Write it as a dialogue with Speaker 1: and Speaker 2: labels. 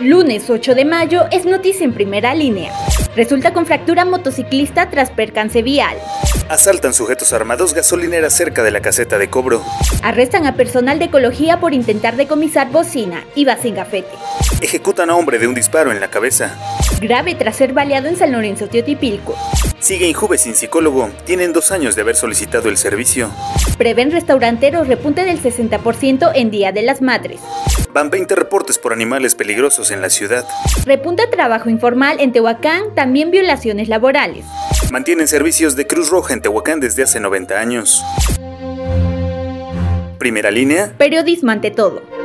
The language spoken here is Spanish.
Speaker 1: Lunes 8 de mayo es noticia en primera línea. Resulta con fractura motociclista tras percance vial.
Speaker 2: Asaltan sujetos armados gasolinera cerca de la caseta de cobro.
Speaker 1: Arrestan a personal de ecología por intentar decomisar bocina y gafete.
Speaker 2: Ejecutan a hombre de un disparo en la cabeza.
Speaker 1: Grave tras ser baleado en San Lorenzo Teotipilco.
Speaker 2: Sigue Injuve sin psicólogo. Tienen dos años de haber solicitado el servicio.
Speaker 1: Prevén restauranteros repunte del 60% en Día de las Madres.
Speaker 2: Van 20 reportes por animales peligrosos en la ciudad.
Speaker 1: Repunta trabajo informal en Tehuacán, también violaciones laborales.
Speaker 2: Mantienen servicios de Cruz Roja en Tehuacán desde hace 90 años. Primera línea.
Speaker 1: Periodismo ante todo.